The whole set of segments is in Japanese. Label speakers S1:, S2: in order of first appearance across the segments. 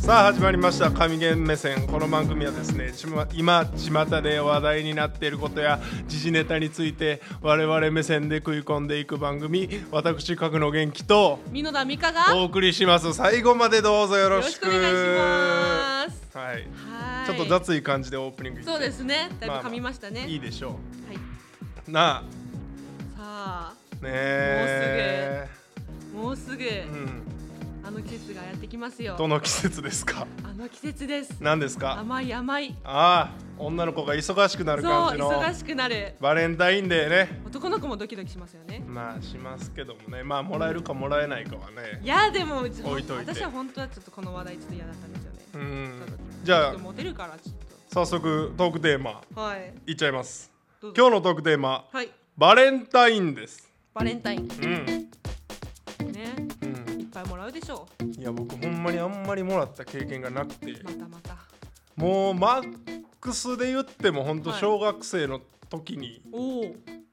S1: さあ始まりました神ゲン目線この番組はですねちま今巷で話題になっていることや時事ネタについて我々目線で食い込んでいく番組私角野元気と
S2: 美濃田美香が
S1: お送りします最後までどうぞよ
S2: よ
S1: ろ
S2: ろ
S1: し
S2: し
S1: く
S2: くお願いします
S1: はい
S2: はい
S1: ちょっと雑い感じでオープニング
S2: そうですねだいぶ
S1: まあまあ
S2: 噛みましたね、
S1: いいでしょ
S2: はい、
S1: うなあ
S2: さあ
S1: ねえ
S2: もうすぐ
S1: うん
S2: あの季節がやってきますよ
S1: どの季節ですか
S2: あの季節です
S1: 何ですか
S2: 甘い甘い
S1: ああ女の子が忙しくな
S2: そ
S1: る
S2: う
S1: 感じの
S2: 忙しくなる
S1: バレンタインデーね
S2: 男の子もドキドキしますよね
S1: まあしますけどもねまあもらえるかもらえないかはね
S2: いやでもうち
S1: 置いといて
S2: 私は本当はちょっとこの話題ちょっと嫌だったんですよね
S1: うん
S2: ちょっと
S1: じゃ
S2: ちょっ
S1: あ
S2: とモテるからちょっ
S1: 早速トークテーマ
S2: とはい
S1: いっちゃいます
S2: どうぞ
S1: 今日のトークテーマ
S2: はい
S1: バレンタインです
S2: バレンタイン
S1: うん、
S2: ね
S1: う
S2: いっぱいもらうでしょ
S1: ん、いや僕ほんまにあんまりもらった経験がなくて
S2: うまたまた
S1: もうマックスで言ってもほんと
S2: はい
S1: 小学生の時に
S2: おお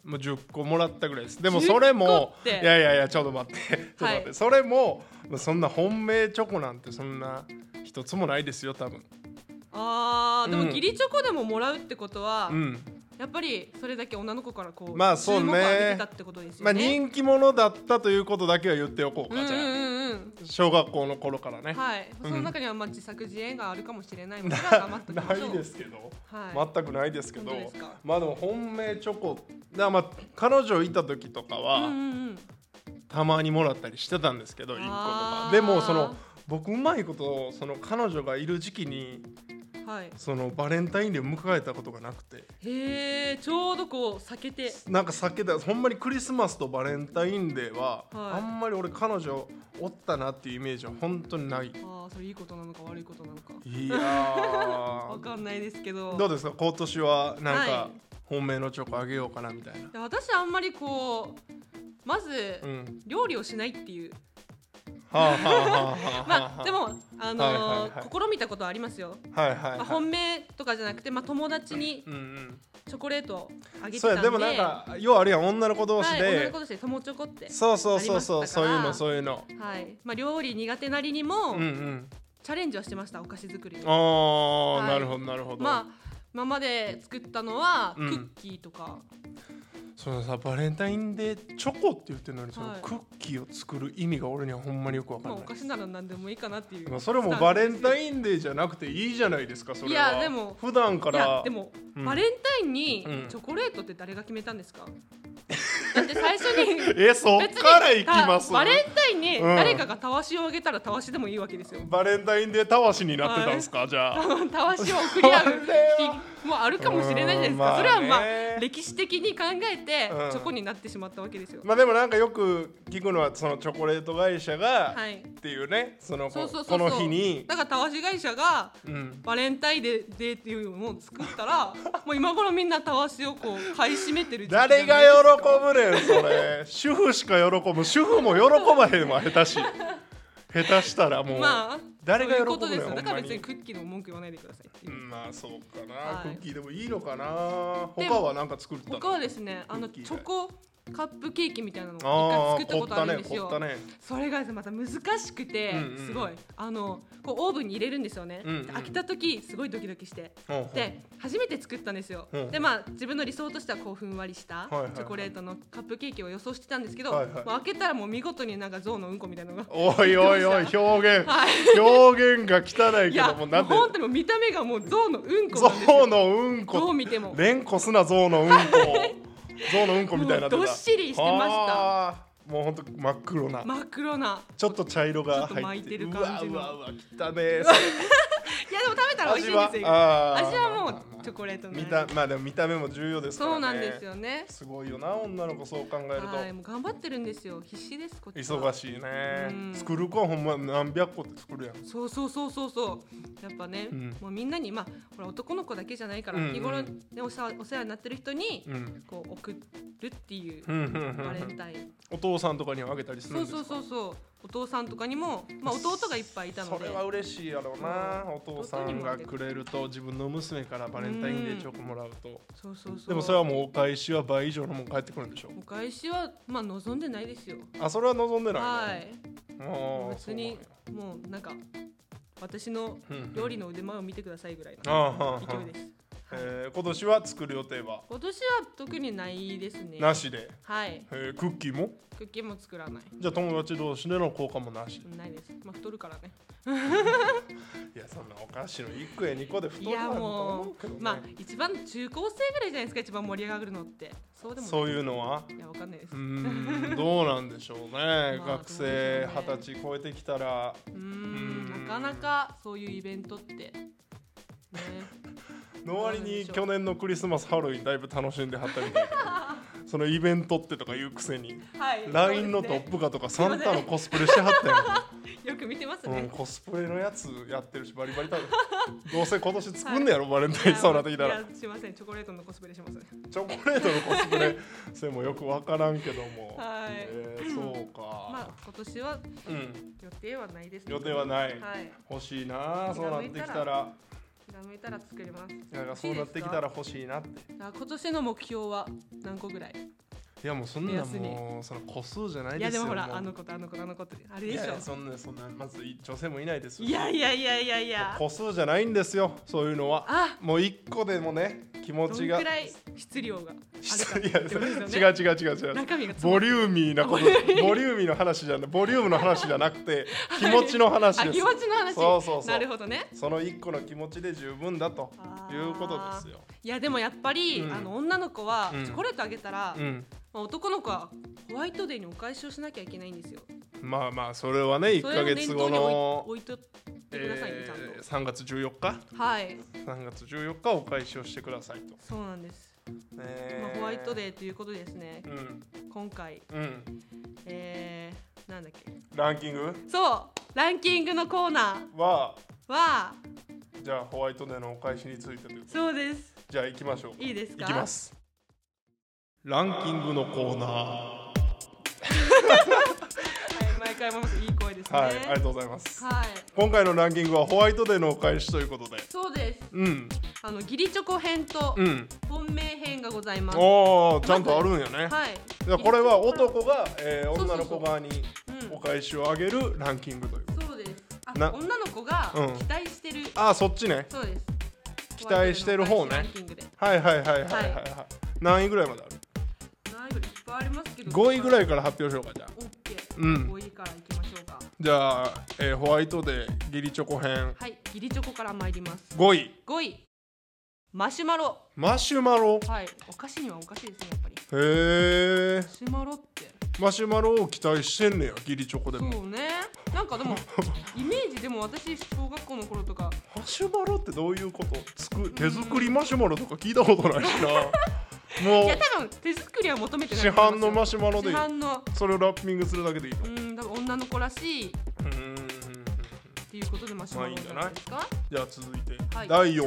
S1: もう10個もらったぐらいですでもそれも
S2: 10個っ
S1: い
S2: て
S1: やいやいやちょっと待って ちょっと待って、
S2: はい
S1: それもそんな本命チョコなんてそんな一つもないですよ多分
S2: あーで
S1: う
S2: も
S1: ん
S2: 義理チョコでももらうってことは、
S1: うん
S2: やっぱりそれだけ女の子からこう
S1: まあそうね
S2: 注目を浴びてたってことです
S1: ま
S2: よ
S1: あ
S2: ね。
S1: 人気者だったということだけは言っておこう
S2: う
S1: か
S2: ん
S1: じ
S2: う
S1: ゃあ
S2: んうんうん。
S1: 小学校の頃からね
S2: はい。
S1: うん
S2: その中にはまあ自作自演があるかもしれないものが黙っとき
S1: な
S2: ましょう。
S1: いですけど
S2: はい。
S1: 全くないですけど
S2: 本当ですか
S1: まあでも本命チョコだからまあ彼女いた時とか
S2: うん
S1: は
S2: うんうん。
S1: たまにもらったりしてたんですけど1個とか
S2: あー
S1: でもその僕うまいことその彼女がいる時期に
S2: はい。
S1: そのバレンタインデーを迎えたことがなくて
S2: へえ。ちょうどこう避けて。
S1: なんか酒だほんまにクリスマスとバレンタインデーは、
S2: は
S1: あ
S2: い
S1: んまり俺彼女おったなっていうイメージは本当にない
S2: ああそれいいことなのか悪いことなのか。
S1: いや
S2: わ
S1: ー
S2: かんないですけ ど。
S1: どうですか今年はなん
S2: は
S1: か
S2: い
S1: 本命のチョコあげようかなみたいな、
S2: いや私あんまりこうまず、
S1: うん
S2: 料理をしないっていう。
S1: はあはあはあはあは
S2: まあでもあのー
S1: はいはいはい
S2: 試みたことはありますよ。
S1: はいはい、はい
S2: まあ、本命とかじゃなくて、まあ、友達に
S1: うんうん
S2: チョコレートをあげて
S1: そ
S2: たん
S1: う
S2: で
S1: やでもなんか要はあるやん女の子同士
S2: はい、
S1: で、
S2: 女の子として友チョコって
S1: そうそうそうそ
S2: あ
S1: う
S2: りました
S1: そう
S2: から
S1: いうのそういうの
S2: はいまあ、料理苦手なりにも、
S1: うんうん
S2: チャレンジはしてましたお菓子作り
S1: あ
S2: の
S1: あ、
S2: は
S1: な
S2: い
S1: るほどなるほど、
S2: まあ今まで作ったのは、
S1: うん
S2: クッキーとか
S1: そのさバレンタインデーチョコって言ってるのにその
S2: はい
S1: クッキーを作る意味が俺にはほんまによくわか
S2: ま
S1: ん
S2: あ、
S1: な
S2: お
S1: い、
S2: 菓子なら何でもいいかなっていう
S1: まあ、それもバレンタ
S2: ン
S1: インデーじゃなくていいじゃないですかそれはい
S2: やでも
S1: 普段か
S2: いや
S1: ら
S2: でも、
S1: うん
S2: バレンタインに
S1: うん
S2: チョコレートって誰が決めたんで すか、だって最初に
S1: えそっ
S2: 別に
S1: から行きます
S2: バレンタインに
S1: うん
S2: 誰かがたわしをあげたらたわしでもいいわけですよ
S1: バレンタインデーたわしになってたんですか、じゃあ
S2: たわしを送り合う
S1: それは
S2: 日もあるかもしれないじゃないですか、
S1: うんまあね
S2: それはまあ歴史的に考えて
S1: うん
S2: チョコになってしまったわけですよ、
S1: まあでもなんかよく聞くのはそのチョコレート会社が、
S2: はい
S1: っていうねそのこ
S2: そうそうそうそう
S1: この日に、
S2: だからたわし会社が
S1: うん、
S2: バレンタインデーデーっていうのを作っ たらもう今頃みんなたわしをこう買い占めてる時期じゃないで
S1: 誰
S2: すか
S1: が喜ぶねんそれ 主婦しか喜ぶ主婦も喜ばへんわ下手し下手したらもう、
S2: まあ
S1: 誰が喜ぶ
S2: そういうことです
S1: のよ
S2: よだから
S1: ほんまに
S2: 別にクッキーの文句言わないでくださいっていうう、
S1: んまあそうかな、
S2: はい
S1: クッキーでもいいのかな
S2: で
S1: 他は何か作ったの
S2: 他はですねあの
S1: ク
S2: チ
S1: ッキー
S2: ョコカップケーキみたいなのを
S1: あ
S2: 一回
S1: ー
S2: 作
S1: 凝っ
S2: ったことあ
S1: た
S2: る
S1: ね
S2: んです
S1: 凝
S2: よ
S1: ったね
S2: それがですねまた難しくて、
S1: うんうんうん
S2: すごいあのこうオーブンに入れるんですよね、
S1: うんうん
S2: で開けた時すごいドキドキして
S1: ほうほう
S2: で初めて作ったんですよ、
S1: うん
S2: でまあ自分の理想としてはこうふんわりした
S1: いはいはい
S2: チョコレートのカップケーキを予想してたんですけど、
S1: はいはい
S2: もう開けたらもう見事になんか象のうんこみたいな のが
S1: おいおいおい表現、表現が汚い
S2: い
S1: けど
S2: や
S1: も
S2: も
S1: う
S2: う
S1: なんで
S2: 本当にもう見た目がもう象のうんこなんです
S1: 象
S2: よ
S1: のうん
S2: どう
S1: こ
S2: 見ても
S1: 連呼すな象のうん こ象のうんこみたいになってた
S2: もうどっしりしてました
S1: あーもうほんと真っ黒な、
S2: 真っ黒な
S1: ちょっと茶色が
S2: ちょっと
S1: 入
S2: 巻
S1: っ
S2: い
S1: て
S2: てる
S1: うわ
S2: 感じ
S1: う
S2: の
S1: わうわ汚ねえ
S2: いやでも食べたら美味しいんですよ
S1: は
S2: 味は
S1: あー
S2: もうチョコレートの
S1: 見
S2: 味
S1: たまあでも見た目も重要ですからね
S2: そうなんですよね
S1: すごいよな女の子そう考えると、
S2: はいもう頑張ってるんですよ必死ですこっちは
S1: 忙しいね、
S2: うん
S1: 作る子はほんま何百個って作るやん
S2: そうそうそうそうそうやっぱね、
S1: うん
S2: もうみんなにまあほら男の子だけじゃないから、
S1: うんうん
S2: 日頃ねお世話お世話になってる人に、
S1: うん
S2: こう送るっていう
S1: うんうんうん
S2: バレ
S1: う
S2: ン
S1: ん
S2: タイン、
S1: お父さんとかにはあげたりするん
S2: そう
S1: ですか
S2: そうそうそうお父さんとかにもまあ弟がいっぱいいたの
S1: そ
S2: で
S1: れは嬉しいやろうな、お父さんがくれると自分の娘からバレンタインデーチョコもらうと、
S2: そうそうそう
S1: でもそれはもうお返しは倍以上のもん返ってくるんでしょ
S2: お返しはまあ望んでないですよ
S1: あそれは望んでない
S2: は
S1: ね
S2: い
S1: あー
S2: 別に
S1: そうなんや
S2: もうなんか私の料理の腕前を見てくださいぐらい
S1: あ
S2: の
S1: あはあ
S2: 勢い
S1: はあ
S2: です
S1: えー今年は作る予定は
S2: 今年は特にないですね
S1: なしで、
S2: はい
S1: えークッキーも
S2: クッキーも作らない
S1: じゃあ友達同士での交換もなし
S2: ないですまあ太るからね
S1: いやそんなお菓子の1個や2個で太
S2: い
S1: るな
S2: や
S1: んて思
S2: も
S1: うけどね
S2: うまあ一番中高生ぐらいじゃないですか一番盛り上がるのってそうでもない
S1: そういうのはい
S2: やわかんないで
S1: う
S2: すう
S1: ーんどうなんでしょうね、
S2: あ
S1: 学生
S2: どうでしょう
S1: 二
S2: ね
S1: 十歳超えてきたら
S2: ーんなかなかそういうイベントって ね
S1: の割に去年のクリスマスハロウィンだいぶ楽しんではったみたいだけ どそのイベントってとか言うくせに
S2: はい
S1: LINE の
S2: そ
S1: ト
S2: うです
S1: ッ
S2: ね
S1: プガとか
S2: い
S1: サ
S2: ませ
S1: ン
S2: ん
S1: タのコスプレしてはったよ
S2: よく見て ます
S1: う
S2: ね
S1: ん、コスプレのやつやってるしバリバリ多分 どうせ今年作んねやろ、バレンタインそうなってきた
S2: い
S1: ら
S2: やすいませんチョコレートのコスプレしますは
S1: チョコレートのコスプレそれもよく分からんけども、
S2: い、
S1: えーそうか、
S2: まあ今年は
S1: うん、
S2: 予定はないですね
S1: 予定はない、
S2: はい
S1: 欲しいなあ
S2: 気
S1: そうな
S2: が
S1: っ
S2: 向
S1: て
S2: い
S1: き
S2: たら
S1: たら
S2: 気が向いたら作ります
S1: なんかそうなってきたら欲しいなって
S2: あ今年の目標は何個ぐらい
S1: いやもうそんな
S2: 目安に
S1: もうその個数じゃない
S2: い
S1: で
S2: や
S1: す
S2: で
S1: よ
S2: もほら
S1: う
S2: あの子とあの子とあの子ってあれで
S1: い
S2: し
S1: やい
S2: ょ
S1: やそんなそんなまず女性もいないです
S2: いやいやいやいやいや
S1: 個数じゃないんですよそういうのは
S2: あ
S1: もう一個でもね気持
S2: どん
S1: ち
S2: く
S1: が
S2: らい質量があるか
S1: いや
S2: ってことです
S1: 違
S2: よね
S1: う違う違う違う
S2: 中身が詰ま
S1: ボ
S2: っ
S1: リューミーなことボリューミーの話じゃないボリュームの話じゃなくて気持ちの話
S2: あ
S1: です
S2: 気持ちの話
S1: そうそうそう
S2: なるほどね
S1: その一個の気持ちで十分だと
S2: あー
S1: いうことですよ
S2: いやでもやっぱり、
S1: うん
S2: あの女の子は
S1: うん
S2: チョコレートあげたら、
S1: うん
S2: まあ、男の子はホワイトデーにお返しをしなきゃいけないんですよ
S1: まあまあそれはね1
S2: そ
S1: か
S2: れを
S1: 月
S2: 念頭
S1: 後
S2: に置い
S1: の
S2: 置いとってくださいね、ちゃんと
S1: えー3月14日
S2: はい
S1: 3月14日お返しをしてくださいと、
S2: そうなんです、
S1: え
S2: まあ、ホワイト
S1: ー
S2: デーということですね
S1: うん
S2: 今回
S1: うん
S2: えー、なんだっけ
S1: ランキング
S2: そうランキングのコーナ
S1: は
S2: ーは
S1: じゃあホワイトデーのお返しについてという
S2: そうです
S1: じゃあ行きましょう
S2: いいですか
S1: 行きますランキングのコーナー
S2: はい毎回もいい声ですね
S1: はい、ありがとうございます。
S2: はい
S1: 今回のランキングはホワイトデーのお返しということで。
S2: そうです
S1: うん、
S2: あの義理チョコ編と
S1: うん、
S2: 本命編がございますは
S1: おお、ちゃんとあるんやね。
S2: い
S1: じゃあこれは男が、えー
S2: そうそう
S1: 女
S2: そう
S1: の子側に
S2: うん
S1: お返しをあげるランキングという。
S2: そうですあ
S1: な
S2: 女の子が
S1: うん
S2: 期待してる、
S1: ああ、そっちね。
S2: そうです
S1: 期待してる方ね
S2: ランキングで
S1: はいはいはいはいはい、は、
S2: はい
S1: 何位ぐらいまである？
S2: 何位ぐらいいっぱいありますけど
S1: 5位ぐら
S2: い
S1: いから発表しようかじゃあ。
S2: オッケー、
S1: うん
S2: 5位からいきましょうか
S1: じゃあ、えーホワイトデーギリチョコ編
S2: はい義理チョコから参ります
S1: 5位
S2: 5位マシュマロ
S1: マシュマロ。
S2: はいお菓子にはお菓子ですねやっぱり
S1: へえ
S2: マ。シュマロって
S1: マシュマロを期待してんねやギリチョコで
S2: そ
S1: も。
S2: うねなんかで もイメージでも私小学校の頃とか
S1: マシュマロってどういうことつく手作りマシュマロとか聞いたことないし なも
S2: いうや多分手作りは求めてない
S1: 市販のマシュマロでいい
S2: 市販の
S1: それをラッピングするだけでいいの
S2: うん多分女の子らしいっ
S1: うーん
S2: ていうことでマシュマロじゃないですか、
S1: じゃあ続いて、
S2: はい
S1: 第4位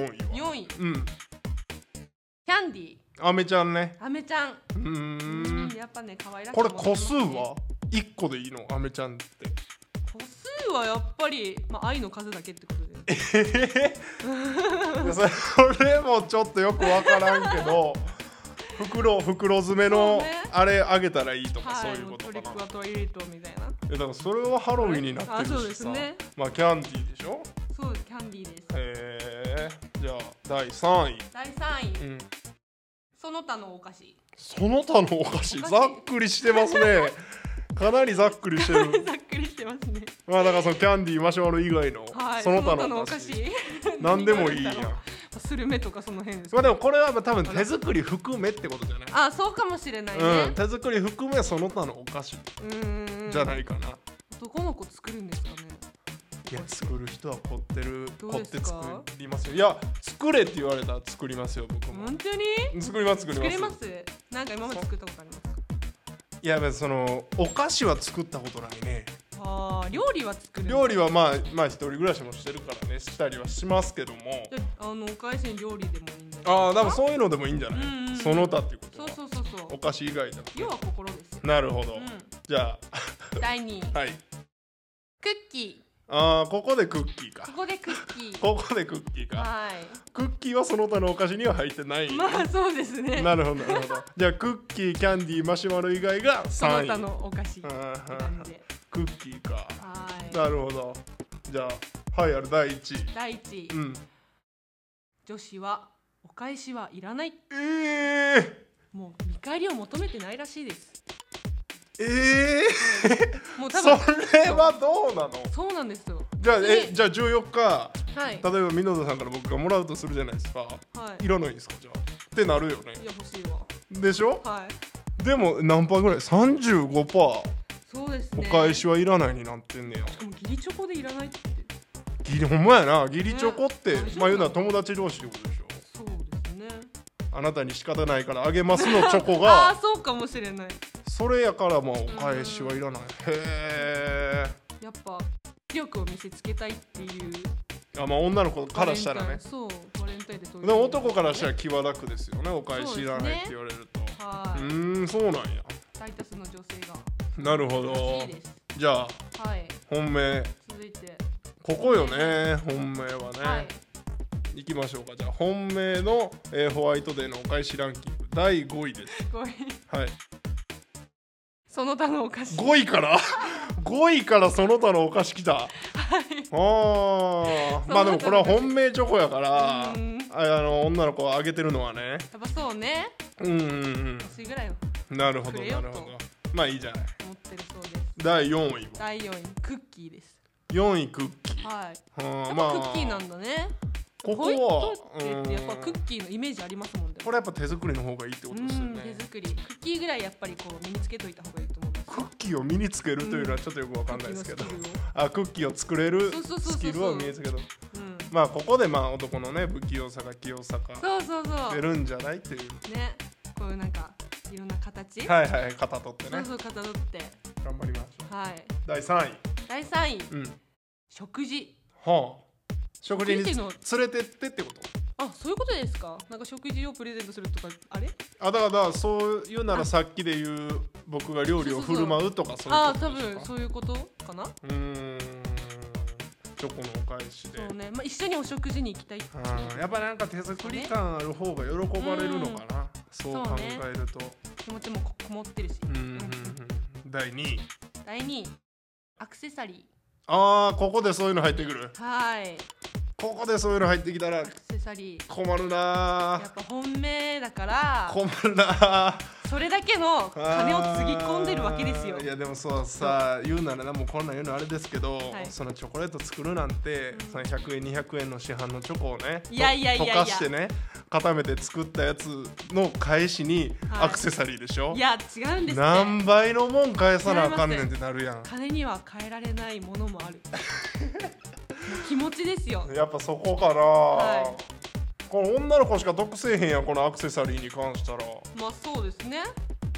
S1: は
S2: 4位キ
S1: うん
S2: ャンディー
S1: アメちゃんね
S2: アメちゃん
S1: うー
S2: う
S1: ん
S2: んやっぱね可愛らしい
S1: これ個数は1個でいいのアメちゃんって
S2: 個数はやっぱり、まあ、愛の数だけってことで
S1: ええそれもちょっとよくわからんけど袋袋詰めの
S2: そうね
S1: あれあげたらいいとか
S2: は
S1: そう
S2: い
S1: いう
S2: も
S1: こと
S2: うト
S1: か
S2: リ
S1: な
S2: ックはトイレートみたいない
S1: やだからそれはハロウィンになって
S2: あそう
S1: る
S2: で
S1: し
S2: す
S1: さ、
S2: ね
S1: まあキャンディーでしょ
S2: そうですキャンディーです
S1: へえじゃあ第3位、
S2: 第3位
S1: うん、
S2: その他のお菓子
S1: その他のお菓子
S2: お菓子
S1: ざっくりしてます ねかなりざっくりしてる
S2: ざっくりしてますね
S1: まあだからそのキャンディーマシュマロ以外の、
S2: はい
S1: その他
S2: そ
S1: の
S2: の
S1: お菓
S2: 他のお菓子
S1: 子何でもいいやん
S2: スルメとかその辺です
S1: ま
S2: か
S1: あでもこれはまあ多分手作り含めってことじゃない
S2: あそうかもしれないね
S1: うん、手作り含めその他のお菓子
S2: うーん
S1: じゃないかな、
S2: 男の子作るんですかね
S1: いや作る人は凝ってる
S2: ど
S1: 凝
S2: う
S1: っ
S2: で
S1: て
S2: す
S1: 作
S2: か
S1: りますよいや作れって言われたら作りますよ僕も、
S2: 本当に
S1: 作ります作ります
S2: 作れますなんか今まで作ったことありますか
S1: いやまあそのお菓子は作ったことないね
S2: あー料理は作る
S1: 料理
S2: は
S1: はまあまあ一人暮らしもしてるからねしたりはしますけども
S2: あのお返しに料理でもいいんだ
S1: ああ多分そういうのでもいいんじゃない、
S2: うんうん
S1: その他っていうこと
S2: そ
S1: は
S2: うそうそうそ
S1: お
S2: う
S1: 菓子以外だ
S2: 要は心ですよ、
S1: なるほど、
S2: う
S1: じゃ
S2: ん、第2位ク
S1: あはい
S2: ッキ
S1: あーここでクッキー
S2: ー
S1: か
S2: ここでクッキー
S1: ここでクッキーか
S2: は
S1: クッキーはその他のお菓子には入ってない、
S2: いまあそうですね
S1: なるほどなるほどじゃあクッキーキャンディーマシュマロ以外が
S2: その
S1: 3位
S2: 他のお菓子って
S1: うんうん
S2: 感じで
S1: クッキーか
S2: はい
S1: なるほどじゃあはいある第一位
S2: 第一位、
S1: うん
S2: 女子はお返しはいらない
S1: えー、
S2: もう見返りを求めてないらしいです
S1: ええ
S2: もう多
S1: そ
S2: 分
S1: れはどうなの
S2: そうなんですよ
S1: じゃあえ
S2: で
S1: じゃあ14日
S2: は
S1: 例
S2: い
S1: えばノ田さんから僕がもらうとするじゃないですか
S2: はい
S1: いらないんですかじゃあってなるよね
S2: いや欲しいわ
S1: でしょ
S2: はい
S1: でも何パーぐらい35パー
S2: そうです
S1: お
S2: ね
S1: 返しはいらないになってんねや
S2: しかもギリチョコでいらないって
S1: ギリほんまやなギリチョコって
S2: ね
S1: まあ言うなら友達同士ってことでしょ
S2: そうですね
S1: あなたに仕方ないからあげますのチョコ
S2: ああ
S1: が
S2: ーそうかもしれない
S1: それやからまあお返しはいらないへ
S2: やっぱ威力を見せつけたいっていう
S1: えまあ女の子からしたら
S2: バ
S1: ね
S2: レンタインそうバレンタインでそういう
S1: でも男からしたら気は楽ですよねお返しいらないって言われると
S2: は
S1: う
S2: い、
S1: ーんそうなんや
S2: 大多数の女性
S1: なるほど
S2: が欲しいです
S1: じゃあ
S2: はい
S1: 本命
S2: 続いて、
S1: ここよね本命はね、
S2: はい
S1: い、きましょうかじゃあ本命の、えーホワイトデーのお返しランキング第5位です
S2: ごめん
S1: はい
S2: その他のお菓子
S1: 5位から5位からその他のお菓子来たはいあーまあでもこれは本命チョコやからあ
S2: うん
S1: あの女の子はあげてるのはね
S2: やっぱそうね
S1: うんうん
S2: 欲しいぐらいは
S1: うんなるほ
S2: く
S1: ど
S2: れよ
S1: な
S2: と
S1: るほどまあいいじゃない
S2: 思ってるそうです
S1: 第4位
S2: 第4位クッキーです
S1: 4位クッキー
S2: はい
S1: あ
S2: や
S1: ーま
S2: っぱ
S1: あ
S2: クッキーなんだね
S1: ここ
S2: ホイ
S1: は
S2: ットデーってやっぱク
S1: うん
S2: ッキーのイメージありますもんね
S1: これやっぱ手作りの方がいいってこと
S2: う
S1: ですよ
S2: ん
S1: ね
S2: 手作りクッキーぐらいやっぱりこう身につけといた方がいいと思います
S1: クッキーを身につけるというのはちょっとよくわかんないですけど、
S2: クッキーのスキ
S1: あクッキーを作れる
S2: そうそうそうそうそう
S1: スキルを身につけた
S2: ルをうん
S1: まあここでまあ男のね不器用さが器用さが
S2: そうそうそ
S1: 出るんじゃないっていう
S2: うねこういうなんかいろんな形
S1: はいはい肩取って
S2: そう
S1: ね
S2: そうかたどって
S1: 頑張りましょう
S2: はい
S1: 第3位
S2: 第3位
S1: うん
S2: 食事
S1: はあ食事に
S2: ついて
S1: 連
S2: の
S1: れてってってこと
S2: あそういうことですかなんか食事をプレゼントするとかあれ
S1: あだからだからそういうならさっきで言う僕が料理を振る舞うとかそういう
S2: あ
S1: こ
S2: 多
S1: とですか
S2: 分そういうことかな
S1: うーんチョコのお返しで
S2: そうね、まあ、一緒にお食事に行きたいっていう
S1: うんやっぱなんか手作り感ある方が喜ばれるのかなそう
S2: そう
S1: 考
S2: ね
S1: えると
S2: 気持ちもここもってるし、
S1: うんうんうん第2位
S2: 第2位アクセサリ
S1: あーここでそういうの入ってくる
S2: ーはい
S1: ここでそういうの入ってきたら
S2: アクセサリー
S1: 困るな
S2: や
S1: ー
S2: っぱ本命だから
S1: 困るなー
S2: それだけの金をつぎ込んでるわけですよ
S1: あーいやでもそうさ言うならなもうこんなん言うのあれですけど、
S2: はい
S1: そのチョコレート作るなんて、その100円200円の市販のチョコをね
S2: いやいやいやいや
S1: と溶かしてね固めて作ったやつの返しに
S2: はい
S1: アクセサリーでしょ、
S2: いや違うんですね
S1: 何倍のもん返さなあかんねんってなるやん
S2: 金には変えられないものも あるもう気持ちですよ
S1: やっぱそこかな、
S2: は
S1: この女の子しか得せえへんやんこのアクセサリーに関したら
S2: まあそうですね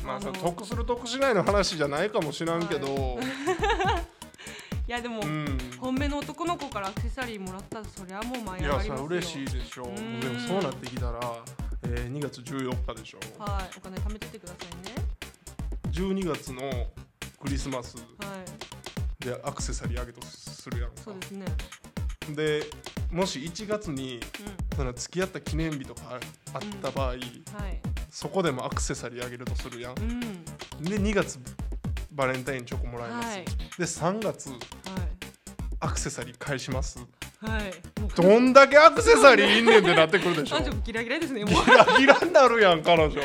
S1: まあ
S2: あの
S1: 得する得しないの話じゃないかもしらんけど、
S2: いやでも、
S1: うん
S2: 本命の男の子からアクセサリーもらったらそりゃもう舞
S1: い
S2: い上
S1: やそれ
S2: がります
S1: は
S2: よ
S1: 嬉しいでしょう
S2: うん
S1: でもそうなってきたら、えー、2月14日でしょ
S2: はいお金貯めてってくださいね
S1: 12月のクリスマス
S2: はい
S1: でアクセサリーあげとするやんか
S2: そうですね
S1: でもし1月に
S2: う
S1: その付き合った記念日とかあった場合、
S2: んはい
S1: そこでもアクセサリーあげるとするやん
S2: う
S1: で
S2: ん
S1: 2月バレンタインチョコもらいます、
S2: はい
S1: で3月
S2: は
S1: アクセサリー返します
S2: いはいもう
S1: どんだけアクセサリーいんねんってなってくるでしょ
S2: 男女ギラギラですね
S1: ギ
S2: もう
S1: ラギラになるやん彼女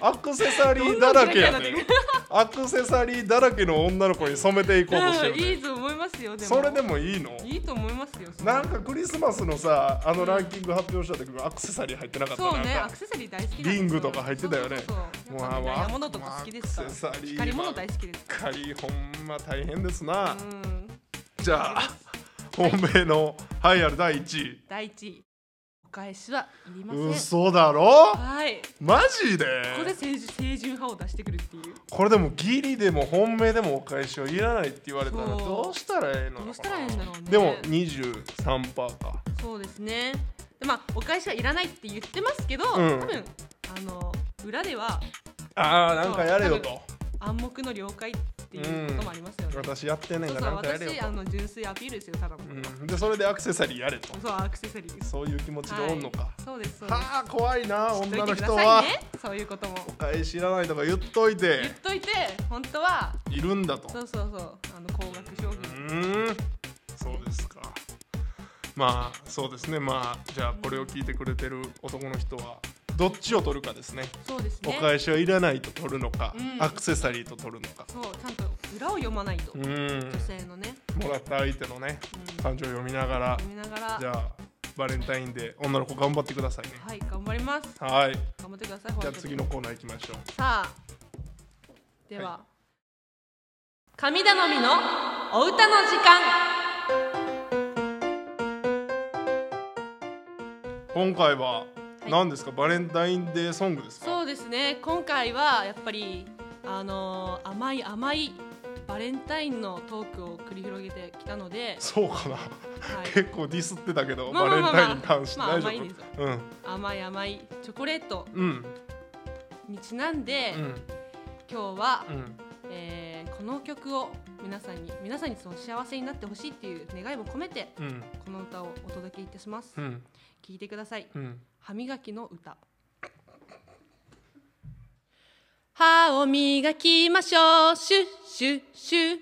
S1: アクセサリーだらけや
S2: どんどんキラキラに
S1: で
S2: なってく
S1: アクセサリーだらけの女の子に染めていこうとして
S2: う
S1: る
S2: んいい
S1: ね
S2: と思いますよでも
S1: それでもいいの
S2: いいと思いますよそれ
S1: なんかクリスマスのさあのランキング発表した時もアクセサリー入ってなかった
S2: そうね
S1: な
S2: ア
S1: ん
S2: ク
S1: か
S2: セサリー大好きなんですよ
S1: リングとか入ってたよね
S2: そうそうそうやっぱね
S1: もうあ
S2: ダイヤモンドとか好きですか
S1: アクセサ
S2: ら
S1: リー
S2: 光り物大好きです
S1: 仮ほんま大変ですな、
S2: うん
S1: じゃあ本命の栄えある第1位
S2: 第一位お返しはいりません
S1: 嘘だろ
S2: はい
S1: マジで
S2: ここで清純清純派を出してくるっていう
S1: これでもギリでも本命でもお返しはいらないって言われたら
S2: そう
S1: どうしたらええのかな
S2: どうしたらええんだろうね
S1: でも23%か
S2: そうですねでまあお返しはいらないって言ってますけど、
S1: うん
S2: 多分あの裏では
S1: ああなんかやれよ
S2: そう
S1: と
S2: 暗黙の了解っていうこともありますよね、
S1: 私やってんねん
S2: そう
S1: か
S2: そ
S1: ら
S2: う
S1: なんかやれよ
S2: 私あの純粋アピールですよただの、
S1: と、うん、でそれでアクセサリーやれと
S2: そうアクセサリーです
S1: そういう気持ちでおんのか、は
S2: そうですそうです
S1: あ怖いな
S2: 知っ
S1: 女
S2: といて
S1: の
S2: くだ
S1: 人
S2: さ
S1: はい
S2: ねそういうことも
S1: お返しいらないとか言っといて
S2: 言っといて本当はい
S1: るんだと
S2: そうそうそうあの高額商品
S1: うーんそうですかまあそうですねまあじゃあこれを聞いてくれてる男の人はどっちを取るかですね
S2: そうです
S1: お
S2: ね
S1: 返しはいらないと取るのか、
S2: うん
S1: アクセサリーと取るのか
S2: そうちゃんと裏を読まないと、
S1: うん
S2: 女性のね、
S1: もらった相手のね
S2: うん、
S1: 感情を読みながら
S2: 読みながら
S1: じゃあバレンタインで女の子頑張ってくださいね
S2: はい頑張ります
S1: はい
S2: 頑張ってくださいホ
S1: じゃあ
S2: ワイトデー
S1: 次のコーナー行きましょう
S2: さあでは、
S1: は
S2: 神頼みのお歌の時間
S1: 今回は
S2: はい
S1: 何ですか、バレンタインデーソングですか
S2: そうですね今回はやっぱりあのー甘い甘いバレンタインのトークを繰り広げてきたので、
S1: そうかな、
S2: はい、
S1: 結構ディスってたけど、
S2: まあまあまあ
S1: バレンタインに関して
S2: ま
S1: 大
S2: あ
S1: 丈
S2: まあいいですよ
S1: 夫、
S2: 甘い甘いチョコレート
S1: うんうん
S2: にちなんで、
S1: うん
S2: 今日は、
S1: うん
S2: えーこの曲を皆さんに皆さんにその幸せになってほしいっていう願いも込めて
S1: うん
S2: この歌をお届けいたします
S1: う。ん
S2: 聞いてください。
S1: うん
S2: 歯磨きの歌歯を磨きましょうシュッシュッシュッ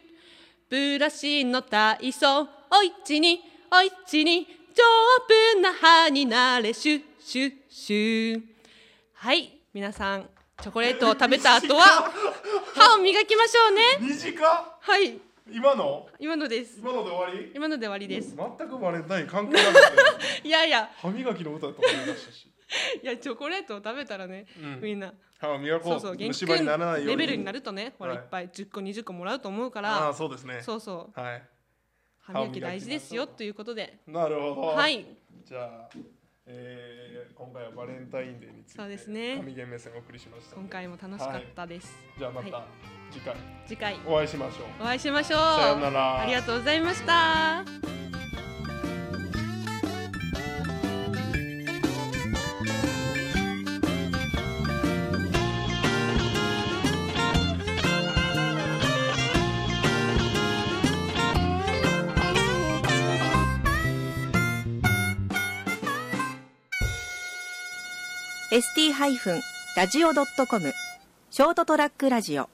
S2: ブラシの体操おいちにおいちに丈夫な歯になれシュッシュッシュッはい皆さんチョコレートを食べた後は歯を磨きましょうね
S1: 短っ
S2: はい
S1: 今の
S2: 今のです
S1: 今ので終わり
S2: 今ので終わりです
S1: 全くバレンタイン関係なかったよ
S2: いやいや
S1: 歯磨きの歌だと思いましたし
S2: いやチョコレートを食べたらね、
S1: うん
S2: みんな
S1: 歯を磨こう
S2: そうそう元
S1: 虫
S2: 気
S1: 歯にならないように
S2: レベルになるとねほら、
S1: はい
S2: い、っぱい10個20個もらうと思うか
S1: あ
S2: ら
S1: あそうですね
S2: そうそう
S1: はい
S2: 歯磨き大事ですよということで
S1: なるほど
S2: はい
S1: じゃあ、えー、今回はバレンタインデーについて
S2: そうですね
S1: 神ゲン目線をお送りしました
S2: 今回も楽しかったです、
S1: じゃあまた
S2: はい
S1: 次回
S2: 次回
S1: お会いしましょう
S2: お会いしましょう
S1: さようなら
S2: ありがとうございました
S3: ー ST-radio.com ショートトラックラジオ